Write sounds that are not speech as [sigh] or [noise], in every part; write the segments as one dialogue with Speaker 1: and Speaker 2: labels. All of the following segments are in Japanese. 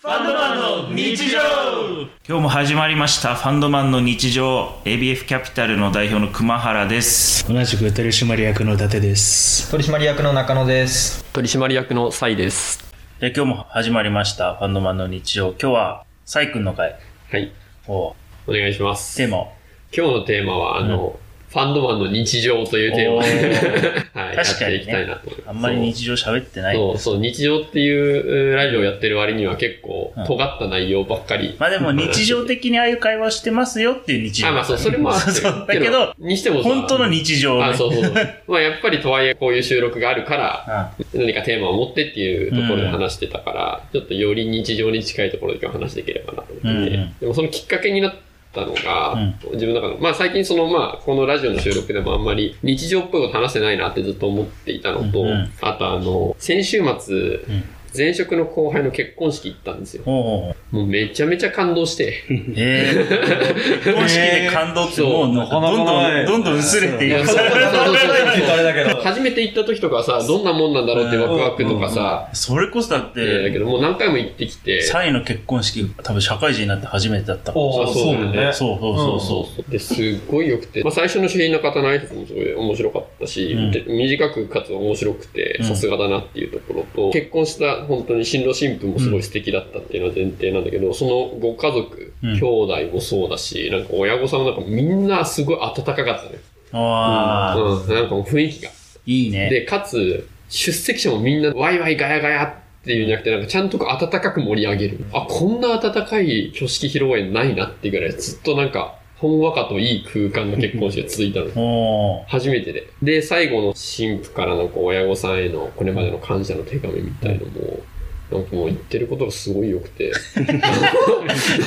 Speaker 1: ファンドマンの日常
Speaker 2: 今日も始まりましたファンドマンの日常 ABF キャピタルの代表の熊原です
Speaker 3: 同じく取締役の伊達です
Speaker 4: 取締役の中野です
Speaker 5: 取締役のサイです。
Speaker 2: で今日も始まりましたファンドマンの日常今日はサイくんの会
Speaker 5: はい。
Speaker 2: を
Speaker 5: お願いします。
Speaker 2: テーマを
Speaker 5: 今日のテーマは、あの、ファンドマンの日常というテーマで、 [laughs] はい、やっ
Speaker 2: 確かにね
Speaker 5: ていきたいなと思います。
Speaker 2: あんまり日常喋ってない
Speaker 5: そうそう、日常っていうえーラジオをやってる割には結構
Speaker 2: うん
Speaker 5: 尖った内容ばっかり。
Speaker 2: まあでも日常的にああいう会話してますよっていう日常
Speaker 5: あ、まあそう、それもあって
Speaker 2: そうそうだけど、
Speaker 5: にしてもさ
Speaker 2: 本当の日常ね
Speaker 5: あ、そうそうそう。まあやっぱりとはいえこういう収録があるから、
Speaker 2: う
Speaker 5: 何かテーマを持ってっていうところで話してたから、ちょっとより日常に近いところで今日話していければなと思って、
Speaker 2: うんうん
Speaker 5: でもそのきっかけになったのが、
Speaker 2: うん
Speaker 5: 自分の中の、まあ最近そのまあこのラジオの収録でもあんまり日常っぽいこと話してないなってずっと思っていたのと、
Speaker 2: うんうん
Speaker 5: あとあの、先週末、
Speaker 2: ん
Speaker 5: 前職の後輩の結婚式行ったんですよ。
Speaker 2: ほうほうほ
Speaker 5: もうめちゃめちゃ感動して。
Speaker 2: うえー結婚式で感動ってもうなんか
Speaker 3: そう
Speaker 2: どん
Speaker 3: なかな
Speaker 2: ど
Speaker 3: かね
Speaker 2: んどんどん薄れてい
Speaker 5: [laughs] い
Speaker 2: く
Speaker 5: やそうそうそうそう
Speaker 4: あれだけど
Speaker 5: 初めて行った時とかはさ、どんなもんなんだろうってワクワクとかさ、
Speaker 2: それこそだっ
Speaker 5: いやだけ
Speaker 2: て
Speaker 5: どもう何回も行ってきて、
Speaker 2: サイの結婚式多分社会人になって初めてだったから
Speaker 4: おー
Speaker 5: あそうだよね
Speaker 4: だ
Speaker 2: そうそうそうそう、
Speaker 5: ですっごい良くて、まあ、最初の主品の方の挨拶もすごい面白かったし、
Speaker 2: うん
Speaker 5: で短くかつ面白くて
Speaker 2: うん
Speaker 5: さすがだなっていうところと、結婚した本当に新郎新婦もすごい素敵だったっていうのは前提なんだけど、そのご家族、
Speaker 2: うん
Speaker 5: 兄弟もそうだしなんか親御さんもなんかみんなすごい温かかったね、
Speaker 2: ああ、
Speaker 5: うん、なんかもう雰囲気が
Speaker 2: いいね。
Speaker 5: でかつ出席者もみんなワイワイガヤガヤっていうんじゃなくてなんかちゃんとこう温かく盛り上げるあこんな温かい挙式披露宴ないなってぐらいずっとなんかほんわかといい空間の結婚式が続いたの
Speaker 2: おー
Speaker 5: 初めてでで最後の新婦からのこう親御さんへのこれまでの感謝の手紙みたいのもなんかもう言ってることがすごい良くて [laughs] なんかさ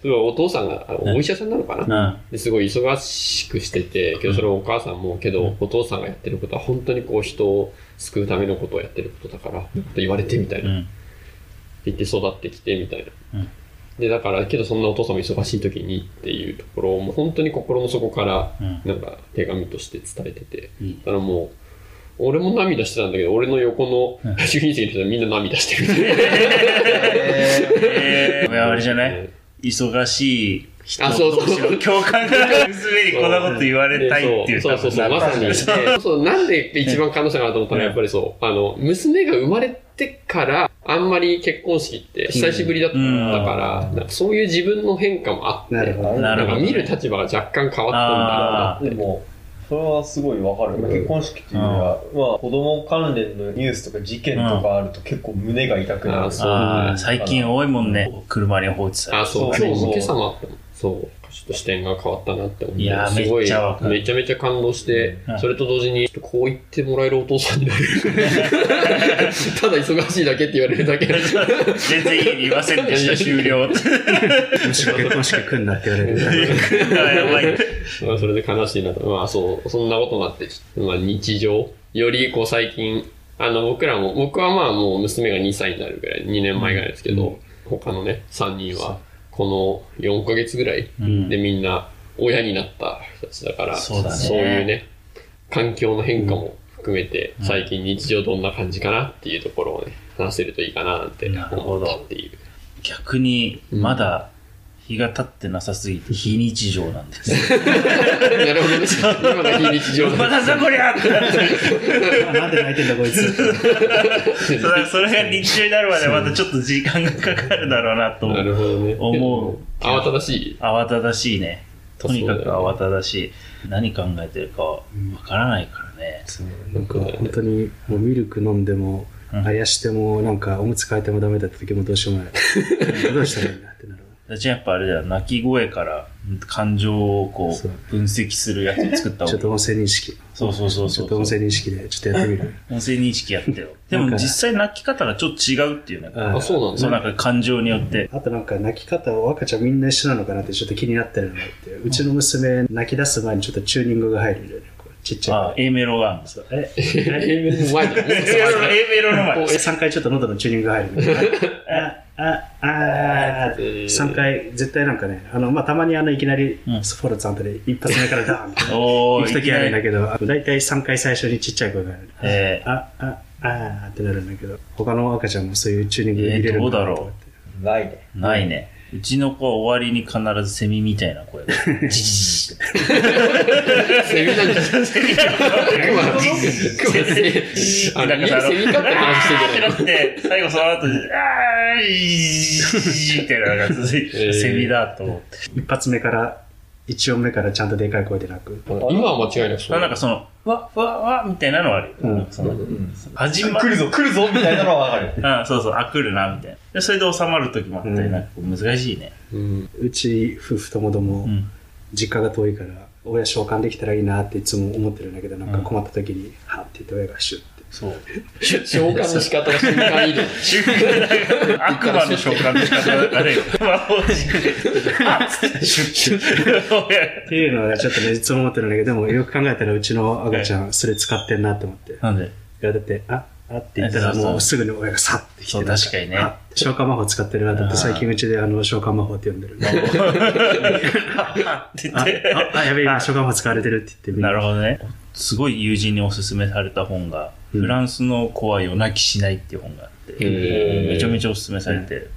Speaker 5: すごいお父さんがあお医者さんなのかな
Speaker 2: うん。
Speaker 5: ですごい忙しくしてて、けどそれはお母さんも、けどお父さんがやってることは本当にこう人を救うためのことをやってることだから、と言われてみたいうな。
Speaker 2: ん。
Speaker 5: 言って育ってきてみたいな。
Speaker 2: うん
Speaker 5: で、だから、けどそんなお父さんも忙しい時にっていうところを、もう本当に心の底から
Speaker 2: うん。
Speaker 5: なんか手紙として伝えてて、
Speaker 2: いい
Speaker 5: だからもう、俺も涙してたんだけど、俺の横
Speaker 2: うん
Speaker 5: の主任席の人はみんな涙してるみたいな。
Speaker 2: えー、あれじゃない忙しい人
Speaker 5: あそうそう
Speaker 2: 同士の共感が薄めにこんなこと言われたいっていう。
Speaker 5: そうそうそう、まさ
Speaker 2: [laughs]
Speaker 5: に。そうそう、なんで一番感動したかなと思ったのは、やっぱりそう、あの、娘が生まれてから、あんまり結婚式って久しぶりだったから、なんかそういう自分の変化もあって、
Speaker 3: なるほど
Speaker 2: な
Speaker 5: な
Speaker 2: る
Speaker 5: ん
Speaker 2: ほ
Speaker 5: か
Speaker 2: ど。
Speaker 5: 見る立場が若干変わったんだ
Speaker 4: で
Speaker 5: ろうな。
Speaker 4: もそれはすごいわかる結婚式っていうのは、まあ、子供関連のニュースとか事件とかあると結構胸が痛くな
Speaker 5: あ
Speaker 4: る
Speaker 5: ーそう
Speaker 2: あー最近多いもんね。車に放置され
Speaker 5: あ、
Speaker 2: て。
Speaker 5: そ
Speaker 4: そ
Speaker 5: う、
Speaker 4: うそう
Speaker 5: 今日も今朝もあったもんそう。ちょっと視点が変わったなって思って、
Speaker 2: いやー
Speaker 5: すご
Speaker 2: め
Speaker 5: い
Speaker 2: っちゃわかる
Speaker 5: めちゃめちゃ感動して
Speaker 2: うん、
Speaker 5: それと同時に、ちょっとこう言ってもらえるお父さんになる。
Speaker 2: [laughs]
Speaker 5: ただ忙しいだけって言われるだけ。
Speaker 2: 全然家にいませんでした、終了。
Speaker 3: むしろ結婚式くんなって言われる
Speaker 2: [laughs] やばい。
Speaker 5: まあ、それで悲しいなと。まあ、そう、そんなこともあって、ちょっとまあ、日常。より、こう、最近、あの、僕らも、僕はまあ、もう娘が2歳になるぐらい、2年前ぐらいですけど、他のね、3人は、この4ヶ月ぐらい
Speaker 2: うん
Speaker 5: でみんな親になった人たちだから、
Speaker 2: そうだね
Speaker 5: いうね、環境の変化も含めて、最近日常どんな感じかなっていうところをね、話せるといいかななんて
Speaker 2: なるほ
Speaker 5: 思
Speaker 2: ど
Speaker 5: ったっていう。 [laughs]
Speaker 2: 逆に、まだ日が経ってなさすぎて、非日常なんです。
Speaker 5: なるほどね。今が非日常
Speaker 2: まだそこりゃ
Speaker 3: なんで泣いてんだこいつ
Speaker 2: そうだそれが日常になるまでまたちょっと時間がかかるだろう [laughs] なと
Speaker 5: [laughs] なるほどね。
Speaker 2: 思う。
Speaker 5: 慌ただしい。
Speaker 2: 慌ただしいね。とにかく
Speaker 5: そうだよね
Speaker 2: 慌ただしい。何考えてるかわからないからね。
Speaker 3: そうなんか本当にもうミルク飲んでも、
Speaker 2: うん
Speaker 3: あやしてもなんかおむつ替えてもダメだった時もどうしよう
Speaker 2: [laughs]
Speaker 3: もないどうしたらいいんだってなる
Speaker 2: だちやっぱあれだよ、泣き声から感情をこ
Speaker 3: そう
Speaker 2: う分析するやつを作った
Speaker 3: ちょ
Speaker 2: 方
Speaker 3: っと
Speaker 2: がいい。
Speaker 3: 音声認識
Speaker 2: そうそうそうそう
Speaker 3: ちょっと音声認識でちょっとやってみる
Speaker 2: 音声認識やってよ。で
Speaker 3: な
Speaker 2: も
Speaker 3: んか
Speaker 2: 実際泣き方がちょっと違うっていうね。
Speaker 3: あ
Speaker 5: あ、そうなんだ。
Speaker 2: そうなんか感情によって。
Speaker 3: あとなんか泣き方を赤ちゃんみんな一緒なのかなってちょっと気になってるのがあってうちの娘泣き出す前にちょっとチューニングが入るんだよねこうちっちゃい
Speaker 2: あ、A メロがあるんです。
Speaker 3: そうえ
Speaker 5: A
Speaker 2: [laughs]
Speaker 5: メロの前だ
Speaker 2: A メ
Speaker 5: [laughs]
Speaker 2: ロの、A メロの前。
Speaker 3: 3回ちょっと喉のチューニングが入るんだよね
Speaker 2: [laughs]
Speaker 3: ああああ3回絶対なんかねあの、まあ、たまにあのいきなり
Speaker 2: う
Speaker 3: フ
Speaker 2: ん
Speaker 3: ォローさんとで一発目からダーンって
Speaker 2: [laughs] お
Speaker 3: 行
Speaker 2: ー、
Speaker 3: く
Speaker 2: いき
Speaker 3: 時あ
Speaker 2: な
Speaker 3: るん
Speaker 2: り
Speaker 3: だけどあの大体3回最初にちっちゃい声がある
Speaker 2: え
Speaker 3: あああーってなるんだけど他の赤ちゃんもそういうチューニング入れる
Speaker 2: えーどうだ
Speaker 3: な
Speaker 2: ろ
Speaker 4: ないね。
Speaker 2: ないね。うちの子は終わりに必ずセミみたいな声が。ジジジって。
Speaker 5: セミなんじゃない
Speaker 2: セミだ
Speaker 5: クマ、クマセミ。あれ、みんなセミかって話してる
Speaker 2: っ
Speaker 5: じゃない
Speaker 2: て、最後その後に、あー、ジーみたいなのが続い
Speaker 5: え
Speaker 2: て、
Speaker 5: ー
Speaker 2: セミだと思って。
Speaker 3: 一発目から、一音目からちゃんとでかい声でなく。
Speaker 5: 今は間違いなくそう。
Speaker 2: なんかその、わ、わ、わ、みたいなのはあるよ。なんかその
Speaker 4: ん
Speaker 2: 始ま
Speaker 4: 来るぞ、来るぞみたいなのはわかる。
Speaker 2: あそうそう、あ、来るな、みたいな。で、それで収まる時もあったり、
Speaker 3: うん
Speaker 2: なんかこう難しいね。
Speaker 5: うん。
Speaker 3: うち夫婦ともども
Speaker 2: う、ん。
Speaker 3: 実家が遠いから、親召喚できたらいいなっていつも思ってるんだけど、なんか困った時に、はって言って親がシュッて。
Speaker 2: そう。
Speaker 5: 召喚の仕方が瞬間移動。
Speaker 2: 瞬間だから [laughs] 悪魔の召喚の仕方あれよ。魔法陣あシュッシュッ。
Speaker 3: っていうのはちょっとね、いつも思ってるんだけど、でもよく考えたらうちの赤ちゃん、それ使ってんなって思って。い
Speaker 2: なんで
Speaker 3: や、だって、ああって言ったら
Speaker 2: そうそう
Speaker 3: もうすぐに親がさって来て
Speaker 2: そう
Speaker 3: なん
Speaker 2: 確かにね
Speaker 3: あ召喚魔法使ってるなだって
Speaker 2: あー
Speaker 3: 最近うちであの召喚魔法って呼んでる。
Speaker 2: あって言っ
Speaker 3: あ
Speaker 2: て。、
Speaker 3: ああ、やべえ、今召喚魔法使われてるって言って
Speaker 2: なるほどね。すごい友人におすすめされた本が、
Speaker 3: うん
Speaker 2: フランスの子は夜泣きしないっていう本があって、めちゃめちゃおすすめされて、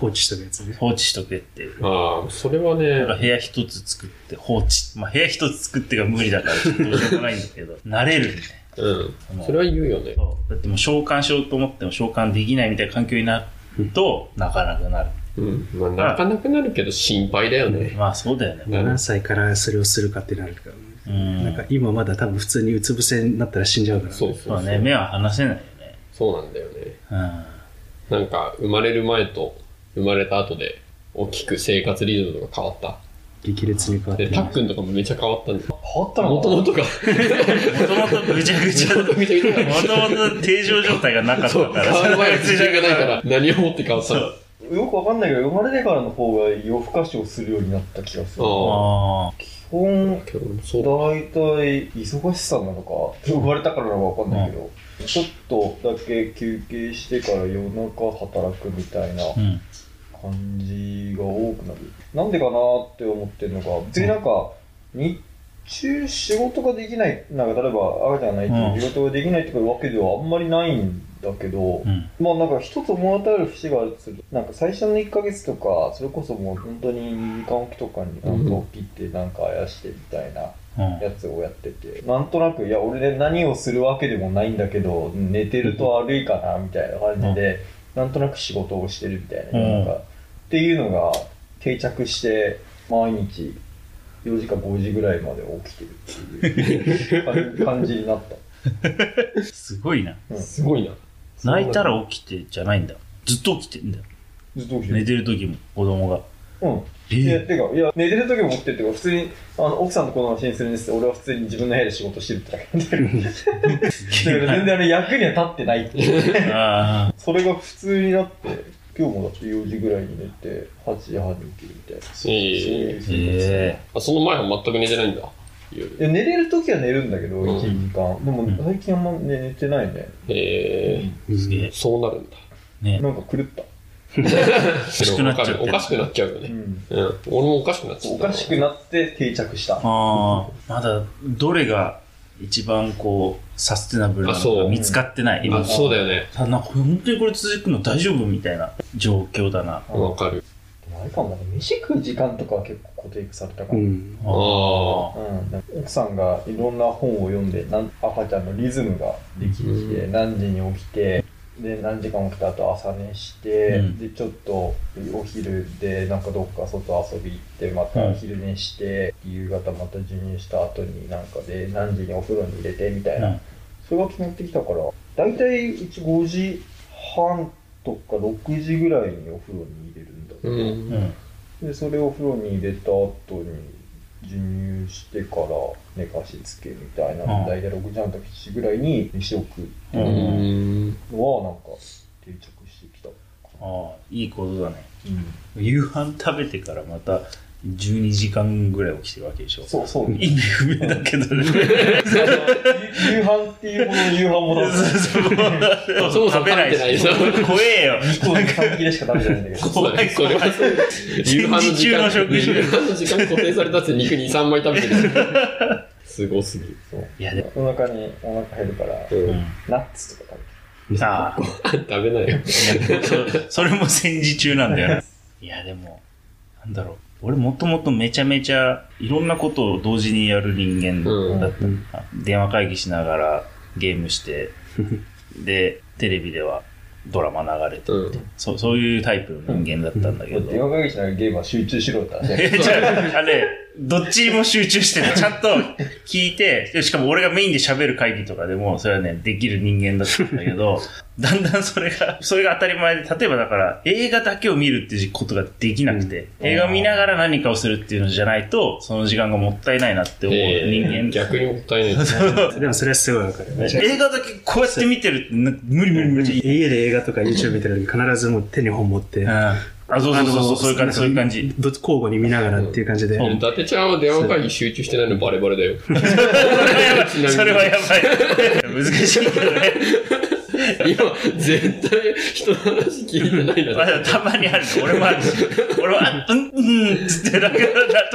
Speaker 3: 放置しとくやつね。
Speaker 2: 放置しとけって。
Speaker 5: ああ、それは
Speaker 2: だから
Speaker 5: ね、
Speaker 2: 部屋一つ作って放置。まあ部屋一つ作ってが無理だからちょっとどうしようもないんだけど、 [laughs] 慣れるね。
Speaker 5: うん。それは言うよね。
Speaker 2: そうだってもう召喚しようと思っても召喚できないみたいな環境になると、なかなかなる。
Speaker 5: うん。まあ、なかなくなるけど心配だよね。
Speaker 2: まあそうだよね。
Speaker 5: なる
Speaker 3: 何歳からそれをするかってなるからね。
Speaker 2: うん。
Speaker 3: なんか今まだ多分普通にうつ伏せになったら死んじゃうからね。
Speaker 5: そうそ
Speaker 2: そうう
Speaker 5: そ
Speaker 2: ね、
Speaker 5: う。
Speaker 2: 目は離せないよね。
Speaker 5: そうなんだよね。
Speaker 2: うん。
Speaker 5: なんか、生まれる前と生まれた後で、大きく生活リズムとか変わった。
Speaker 3: 激烈に変わって
Speaker 5: で、
Speaker 3: る
Speaker 5: たっくんとかもめちゃ変わったんです
Speaker 4: 変わったの
Speaker 5: もともとが、
Speaker 2: もともとぐちゃぐちゃだ。もと
Speaker 5: めちゃくちゃ
Speaker 2: もと定常状態がなかっ
Speaker 5: そ
Speaker 2: た
Speaker 5: う、
Speaker 2: から。
Speaker 5: 買う前は自信がないか、
Speaker 2: から
Speaker 5: 何を持って変わったの
Speaker 2: そ
Speaker 4: よくわかんないけど、生まれてからの方が夜更かしをするようになった気がする。
Speaker 5: あ
Speaker 2: あ
Speaker 4: 基本、
Speaker 5: けどそうだ。
Speaker 4: 大体、忙しさなのか、生まれたからなのかわかんないけど、ちょっとだけ休憩してから夜中働くみたいな
Speaker 2: あ。うん。
Speaker 4: 感じが多くなる。なんでかなって思ってるのが、別になんか、日中仕事ができない、なんか例えば赤ちゃんが泣いて
Speaker 2: うん
Speaker 4: る仕事ができないとかいうわけではあんまりないんだけど、
Speaker 2: うん。
Speaker 4: まあなんか一つ物語る節があるとするなんか最初の1ヶ月とかそれこそもう本当に2時間おきとかになんか起きてなんかあやしてみたいな
Speaker 2: うん。
Speaker 4: やつをやっててなんとなくいや俺で何をするわけでもないんだけど寝てると悪いかなみたいな感じで、なんとなく仕事をしてるみたいな,、
Speaker 2: うん
Speaker 4: なんかっていうのが定着して毎日4時か5時ぐらいまで起きてるっていう感じ感じになった。
Speaker 2: すごいな。
Speaker 5: すごいな。
Speaker 2: 泣いたら起きてじゃないんだ。ずっと起きてんだよ。
Speaker 4: ずっと起きて
Speaker 2: 寝
Speaker 4: る。
Speaker 2: てる時も子供が。
Speaker 4: うん
Speaker 2: え
Speaker 4: いや、
Speaker 2: ー
Speaker 4: てか、いや、寝てる時も起きてるっていうか、普通に、あの、奥さんと子供の話にするんですけど俺は普通に自分の部屋で仕事してるってだけなんだけどだから全然あの、役には立ってないっていう。
Speaker 2: ああ。
Speaker 4: それが普通になって、今日もだって4時ぐらいに寝て、8時半に起きるみたいな。
Speaker 5: ええ
Speaker 4: そういう生活
Speaker 2: え
Speaker 5: あ、その前は全く寝てないんだ。
Speaker 4: いや寝れる時は寝るんだけど、
Speaker 5: ん
Speaker 4: 1、2時間。でも、最近あんま寝寝てないね。
Speaker 5: へえ、
Speaker 2: え。すげえ。
Speaker 5: そうなるんだ。
Speaker 2: ね
Speaker 4: なんか狂った。
Speaker 5: お
Speaker 2: しくなっちゃってる
Speaker 5: おかしくなっちゃうよ
Speaker 4: う
Speaker 5: ね。
Speaker 4: ん。
Speaker 5: うん。俺もおかしくなっちゃ
Speaker 4: お
Speaker 5: った。
Speaker 4: かしくなって定着した。
Speaker 2: ああ。まだ、どれが一番こう、サステナブルな
Speaker 5: あ
Speaker 2: の
Speaker 5: そ
Speaker 2: か
Speaker 5: う
Speaker 2: 見つかってない。今
Speaker 5: あ、そうだよね。
Speaker 2: あなんか本当にこれ続くの大丈夫みたいな状況だな。
Speaker 5: わかる。
Speaker 4: でもあれかも、なんか飯食う時間とかは結構固定化されたか
Speaker 3: う
Speaker 4: ら。
Speaker 3: ん。
Speaker 2: あ
Speaker 5: あ
Speaker 4: うん、なんか奥さんがいろんな本を読んでなん赤ちゃんのリズムができてきて、
Speaker 5: う
Speaker 4: 何時に起きてで何時間起きた後朝寝して、
Speaker 2: うん
Speaker 4: でちょっとお昼でなんかどっか外遊び行ってまた昼寝して、夕方また授乳した後になんかで何時にお風呂に入れてみたいな、
Speaker 2: うん
Speaker 4: それが決まってきたから大体うち5時半とか6時ぐらいにお風呂に入れるんだけ
Speaker 5: う
Speaker 4: ど、
Speaker 5: ん。
Speaker 2: うん。
Speaker 4: でそれをお風呂に入れた後に授乳してから寝かしつけみたいな、
Speaker 2: うん
Speaker 4: 大体6時半とか7時ぐらいに飯を食う
Speaker 5: う
Speaker 2: うん
Speaker 5: ん。
Speaker 4: のはなんか定着してきた、
Speaker 2: ああ、いいことだね。
Speaker 4: うん、
Speaker 2: 夕飯食べてからまた12時間ぐらい起きてるわけでしょ。
Speaker 4: そうそう夕
Speaker 2: 意味不明だけどね。
Speaker 4: 夕飯っていうものの夕飯もだ
Speaker 2: [laughs] [laughs] そうそう
Speaker 5: そもそも
Speaker 2: 食べないし。 [laughs]
Speaker 5: 食べて
Speaker 2: 怖えよ。
Speaker 4: 2個3切れしか食べてないんだけど
Speaker 5: そうだね。それは、夕飯の
Speaker 2: 戦時
Speaker 5: 時
Speaker 2: 中
Speaker 5: 間、
Speaker 2: の食事
Speaker 5: 夕飯の時間固定されたって肉2、3枚食べ
Speaker 2: [laughs]
Speaker 5: てる。すごすぎる。
Speaker 4: そう
Speaker 2: いやでも
Speaker 4: お腹にお腹減るから
Speaker 5: うん
Speaker 2: うん
Speaker 4: ナッツとか食べてる
Speaker 2: ああ、
Speaker 5: 食べないよ。
Speaker 2: いや [laughs] そそれも戦時中なんだよな。 [laughs] いや、でも、なんだろう。俺もともとめちゃめちゃいろんなことを同時にやる人間だった、
Speaker 3: うん
Speaker 2: 電話会議しながらゲームして、で、テレビではドラマ流れて、
Speaker 5: うん。
Speaker 2: そそういうタイプの人間だったんだけど。
Speaker 4: 電話会議しながらゲームは集中しろって話
Speaker 2: え、じゃあ、あれ、どっちにも集中してね、ちゃんと聞いて、でしかも俺がメインで喋る会議とかでも、それはね、できる人間だったんだけど、 [laughs] だんだんそれが、それが当たり前で、例えばだから、映画だけを見るっていうことができなくて、映画を見ながら何かをするっていうのじゃないと、その時間がもったいないなって思う人間、
Speaker 5: 逆にもったいない。
Speaker 3: でもそれはすごいわかる。
Speaker 2: [laughs] 映画だけこうやって見てるって、な無理無理無理。
Speaker 3: 家で映画とか YouTube 見てる時必ずもう手に本持って、
Speaker 2: うんあ、そうそうそうそう、そういう感じ、そういう感じ。
Speaker 3: どっち交互に見ながらっていう感じで、
Speaker 5: 伊達ちゃんは電話会議集中してないのバレバレ
Speaker 2: [laughs]
Speaker 5: だよ。
Speaker 2: それはやばい。難しいけどね。
Speaker 5: 今、絶対人の話聞いてないな
Speaker 2: まあ、たまにあるの俺もあるし、俺は、うん、うん、つって、なんか、な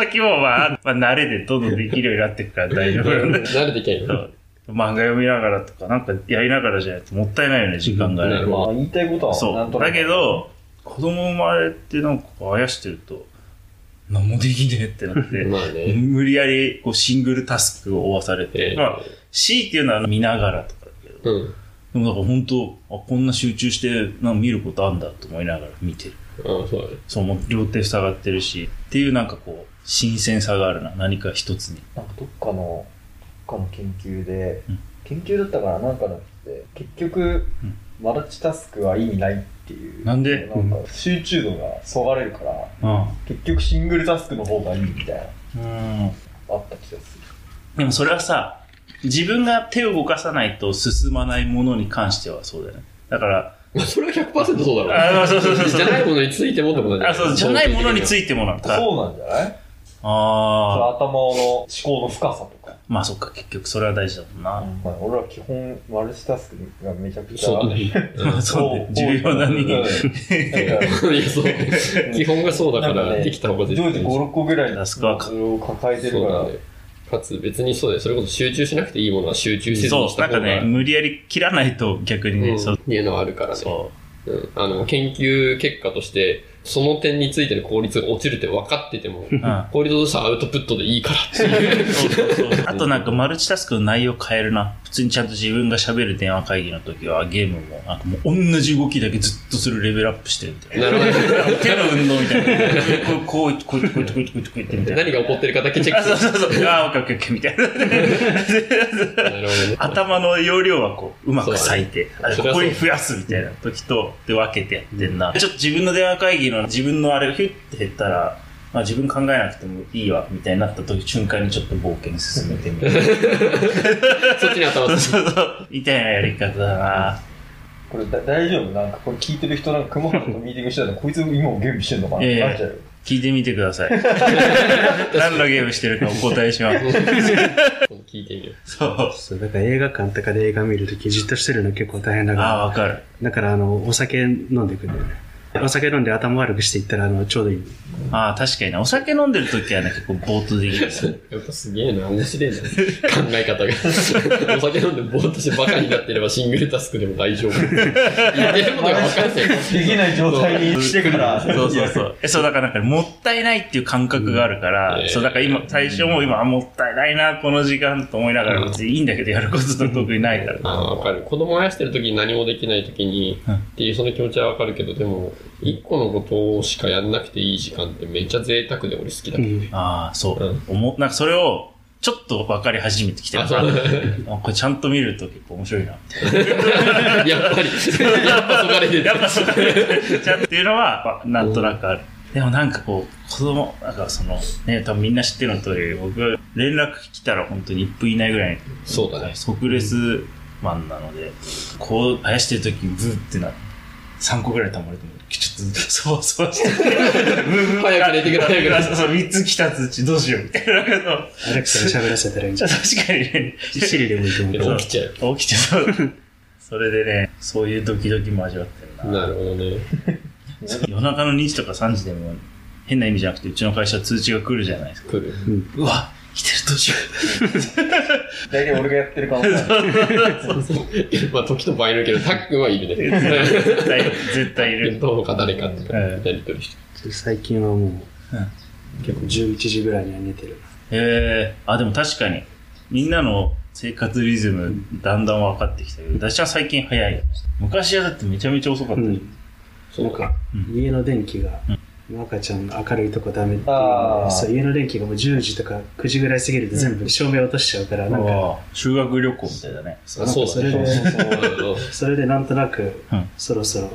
Speaker 2: 時も、まあ、まあ、慣れでどんどんできるようになっていくから大丈夫なんだけ
Speaker 5: 慣れてきゃいい
Speaker 2: ど、漫画読みながらとか、なんかやりながらじゃないともったいないよね、時間が
Speaker 5: な
Speaker 2: ね
Speaker 5: る。ほ
Speaker 4: まあ言いたいことはなん
Speaker 2: そ
Speaker 4: と
Speaker 2: う。
Speaker 4: なく
Speaker 2: だけど、子供生まれてなんかこうあやしてると、何もできねえってなって、
Speaker 5: まあね。
Speaker 2: 無理やりこうシングルタスクを負わされて、
Speaker 5: ええ
Speaker 2: まあ、C っていうのは見ながらとかだけど、
Speaker 5: うん。
Speaker 2: でもなんか本当、あ、こんな集中して、なんか見ることあんだと思いながら見てる。
Speaker 5: ああ、そうだね。
Speaker 2: そう、もう両手塞がってるし、っていうなんかこう、新鮮さがあるな、何か一つに。
Speaker 4: なんかどっかの、どっかの研究で
Speaker 2: うん、
Speaker 4: 研究だったからなんかのって、結局
Speaker 2: うん、
Speaker 4: マルチタスクは意味ないっていう。
Speaker 2: なんで
Speaker 4: なんか集中度がそがれるから、
Speaker 2: うん。
Speaker 4: 結局シングルタスクの方がいいみたいな、
Speaker 2: うん。
Speaker 4: あった気がする。
Speaker 2: でもそれはさ、自分が手を動かさないと進まないものに関してはそうだよね。だから、
Speaker 5: まあ、それは100%そうだろ
Speaker 2: あ、そうそうそうそう。
Speaker 5: じゃないものについてもってことだ
Speaker 2: あ、そう、じゃないものにつ
Speaker 5: い
Speaker 2: いてもなんだ。
Speaker 4: そうなんじゃないそれ
Speaker 2: ああ。
Speaker 4: 頭の思考の深さとか。
Speaker 2: まあそっか、結局それは大事だもんな。
Speaker 4: まあ、俺は基本、マルチタスクがめちゃくちゃ。
Speaker 5: そ
Speaker 2: [laughs]
Speaker 5: うだね。
Speaker 2: まあ [laughs] そうね、重要な
Speaker 4: うん
Speaker 2: 人
Speaker 4: な
Speaker 2: 間。
Speaker 4: んか
Speaker 5: いや、そう。基本がそう [laughs] だか、
Speaker 4: なんからね
Speaker 5: できた方が絶
Speaker 4: 常
Speaker 5: 対
Speaker 4: 時5、6個ぐらいの
Speaker 2: タスクはか
Speaker 4: それを抱えて
Speaker 5: そ
Speaker 4: る
Speaker 5: う
Speaker 4: か
Speaker 5: だ
Speaker 4: ら
Speaker 5: ね。。かつ、別にそうだよ。それこそ集中しなくていいものは集中せずに
Speaker 2: そ
Speaker 5: し
Speaker 2: う、な
Speaker 5: た
Speaker 2: ん
Speaker 5: 方が
Speaker 2: かね、無理やり切らないと逆に
Speaker 5: う
Speaker 2: ね、
Speaker 5: ん、
Speaker 2: そ
Speaker 5: っ
Speaker 2: う。
Speaker 5: ていうのはあるからね。
Speaker 2: そ
Speaker 5: うん、あの研究結果として、その点についての効率が落ちるって分かってても、
Speaker 2: ん
Speaker 5: 効率としてはアウトプットでいいから
Speaker 2: [laughs]
Speaker 5: っていう
Speaker 2: う。。そうそうそうあとなんかマルチタスクの内容変えるな。普通にちゃんと自分が喋る電話会議の時はゲームも、なんかもう同じ動きだけずっとするレベルアップしてるみたいな。
Speaker 5: なるほ
Speaker 2: 手の運動みたいな。こう、こういって、こういって、こういって、こういって、こういって、こういってみたい
Speaker 5: ど。
Speaker 2: な。
Speaker 5: 何が起こってるかだけチェッ
Speaker 2: あ、
Speaker 5: クす
Speaker 2: そう
Speaker 5: る。
Speaker 2: そうそう。あ、オッケーオッケーオッケーみたいな。
Speaker 5: なるほどね。
Speaker 2: 頭の容量はこう、うまく割いて、あ
Speaker 5: そうだねそれ
Speaker 2: こ
Speaker 5: は
Speaker 2: こ
Speaker 5: そう
Speaker 2: に増やすみたいな時と、で分けてやってんな。ちょっと自分の電話会議の自分のあれがヒュッて減ったら、まあ自分考えなくてもいいわ、みたいになった時、瞬間にちょっと冒険進めてみる。
Speaker 5: そっちに頭
Speaker 2: [laughs] そう
Speaker 5: つ
Speaker 2: そうそう。みたいなやり方だな。
Speaker 4: これだ大丈夫なんかこれ聞いてる人なんか熊原とミーティングしてたらこいつ今もゲームしてんのかなっ
Speaker 2: いやい
Speaker 4: て
Speaker 2: や
Speaker 4: なっちゃうよ。
Speaker 2: 聞いてみてくだ [laughs] さい。何のゲームしてるかお答えし [laughs] ます。
Speaker 5: 聞いてみよう。
Speaker 2: そう。
Speaker 3: そうだから映画館とかで映画見るときじっとしてるの結構大変だか
Speaker 2: ああ、
Speaker 3: ら、
Speaker 2: わかる。
Speaker 3: だからあの、お酒飲んでいくんだよね。お酒飲んで頭悪くしていったら、あの、ちょうどいい。
Speaker 2: ああ、確かにね。お酒飲んでる時はね、結構ぼーっとできる。
Speaker 5: やっぱすげえな、面白いな。考え方が。お酒飲んでぼーっとしてバカになってればシングルタスクでも大丈夫。言ってることが分かんない。
Speaker 4: できない状態にしてから。
Speaker 2: そうそうそう。えそう、だからなんか、もったいないっていう感覚があるから、
Speaker 5: うん
Speaker 2: そう、だから今、最初も今、あ、もったいないな、この時間と思いながら、
Speaker 5: うん
Speaker 2: 別にいいんだけど、やることと特にないから。
Speaker 5: ああ、わかる。子供をあやしてる時に何もできない時に、
Speaker 2: うん
Speaker 5: っていうその気持ちはわかるけど、でも、一個のことしかやんなくていい時間ってめっちゃ贅沢で俺好きだ
Speaker 3: う
Speaker 5: けど。
Speaker 3: ん。
Speaker 2: ああ、そう
Speaker 5: うん。
Speaker 2: 思、うなんかそれを、ちょっと分かり始めてきてる
Speaker 5: あ、
Speaker 2: か
Speaker 5: そう
Speaker 2: ら、
Speaker 5: だね。
Speaker 2: あこれちゃんと見ると結構面白いな。
Speaker 5: やっぱり。やっぱそがれてる
Speaker 2: や。っぱそうだねちゃんっていうのは、まなんとなくある。でもなんかこう、子供、なんかその、ね、多分みんな知ってるのとおり、僕は連絡来たら本当に1分以内ぐらいに
Speaker 5: そうだね。
Speaker 2: 即レスマンなので、こう、生やしてる時にブーってな、3個ぐらい溜まれても、ちょっと、そわそわして、ブーブー
Speaker 5: 早く寝てください
Speaker 2: あそうそう、3つ来たつうちどうしようみたいなことを。
Speaker 3: アレクサに喋らせたらいい
Speaker 2: [laughs]
Speaker 3: んじゃん。
Speaker 2: 確かにね、
Speaker 3: シリでもいいと思うけ
Speaker 5: け
Speaker 3: ど。
Speaker 5: ど起きちゃう。
Speaker 2: 起きてそう。それでね、そういうドキドキも味わってるな。
Speaker 5: なるほどね。
Speaker 2: 夜中の2時とか3時でも、変な意味じゃなくて、うちの会社通知が来るじゃないですか。
Speaker 5: 来る。
Speaker 2: うわ、来てる途中。
Speaker 4: 大体俺がやってる可能性ある。
Speaker 5: まあ、時と場合によるけど、タックンはいるね。
Speaker 2: 絶対、絶対いる。
Speaker 5: どうか誰かっていうか
Speaker 2: うん
Speaker 5: やりとりして。
Speaker 3: 最近はもう、結構11時ぐらいには寝てる
Speaker 2: えー、あ、でも確かに、みんなの生活リズム、だんだん分かってきたけど、私は最近早いよね。昔はだってめちゃめちゃ遅かっ
Speaker 3: な。
Speaker 2: た。
Speaker 3: ん。
Speaker 5: そう
Speaker 3: なんか
Speaker 2: う
Speaker 3: 家の電気が、赤ちゃんが明るいとこダメっていうの
Speaker 4: あー
Speaker 3: でそう家の電気がもう10時とか9時ぐらい過ぎると全部照明落としちゃうから、なんか、
Speaker 2: ああ修学旅行みたいだね。
Speaker 5: あそうだね。
Speaker 3: なんかそ
Speaker 5: そうそうそう
Speaker 3: それでなんとなく、
Speaker 2: うん
Speaker 3: そろそろ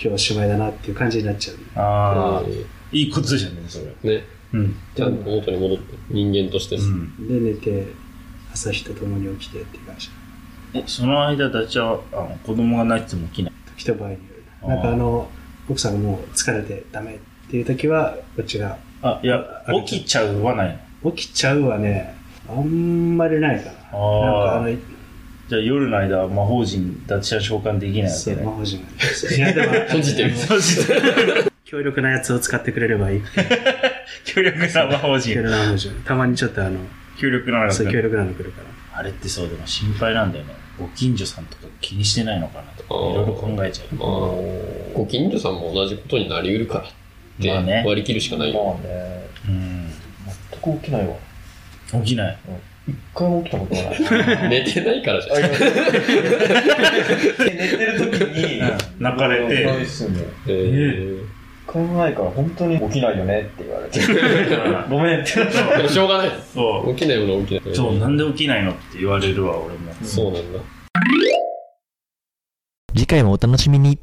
Speaker 3: 今日おしまいだなっていう感じになっちゃう。
Speaker 2: ああ、
Speaker 5: う
Speaker 2: いいことじゃん、でもそれ。
Speaker 5: んね、
Speaker 2: うん。
Speaker 5: ちゃんと元に戻って、人間として
Speaker 2: う。ん。
Speaker 3: で、寝て、朝日と共に起きてっていう感じ。
Speaker 2: え、その間、ダチは、あの、子供が泣いてても起きない。
Speaker 3: 時と場合によ
Speaker 2: あー
Speaker 3: る。なんかあの、奥さんがもう疲れてダメっていう時は、こっちが、
Speaker 2: あ、いや、起きちゃうはないの。
Speaker 3: 起きちゃうはね、あんまりないかな。
Speaker 2: あー
Speaker 3: なんか
Speaker 2: じゃあ夜の間、魔法陣、ダチは召喚できない
Speaker 3: あの、
Speaker 2: わ
Speaker 3: そ
Speaker 2: け
Speaker 3: う、魔
Speaker 2: ね。
Speaker 3: 法陣がね。いや、でも、
Speaker 5: 閉じてる。
Speaker 2: そうして、
Speaker 3: 強力なやつを使ってくれればいい。
Speaker 2: 強力な魔法
Speaker 3: 強
Speaker 2: 陣。
Speaker 3: 力な魔法陣。たまにちょっとあの、
Speaker 2: [laughs] 強力なのが来
Speaker 3: そう、
Speaker 2: る
Speaker 3: 強力なの来るから。
Speaker 2: あれってそう、でも心配なんだよね。ご近所さんとか気にしてないのかなとか、いろいろ考えちゃう。
Speaker 5: まあ、ご近所さんも同じことになりうるからっ
Speaker 2: まあね
Speaker 5: て割り切るしかないよ。
Speaker 4: まあね、
Speaker 2: うん。
Speaker 4: 全く起きないわ。
Speaker 2: 起きない。
Speaker 4: 一回も起きたことがない。
Speaker 5: 寝てないからじゃん
Speaker 4: あ。いや寝てる時に、
Speaker 2: うん泣かれて
Speaker 4: 泣いすんのよ
Speaker 5: え [laughs] ー
Speaker 4: 一回もないから本当に起きないよねって言われて。ごめんって。
Speaker 5: でもしょうがない。
Speaker 2: [laughs] そ
Speaker 5: 起きないものは起きな
Speaker 2: う。
Speaker 5: い。
Speaker 2: そう、なんで起きないのって言われるわ、俺も。
Speaker 5: そうなんだ。
Speaker 6: 次回もお楽しみに。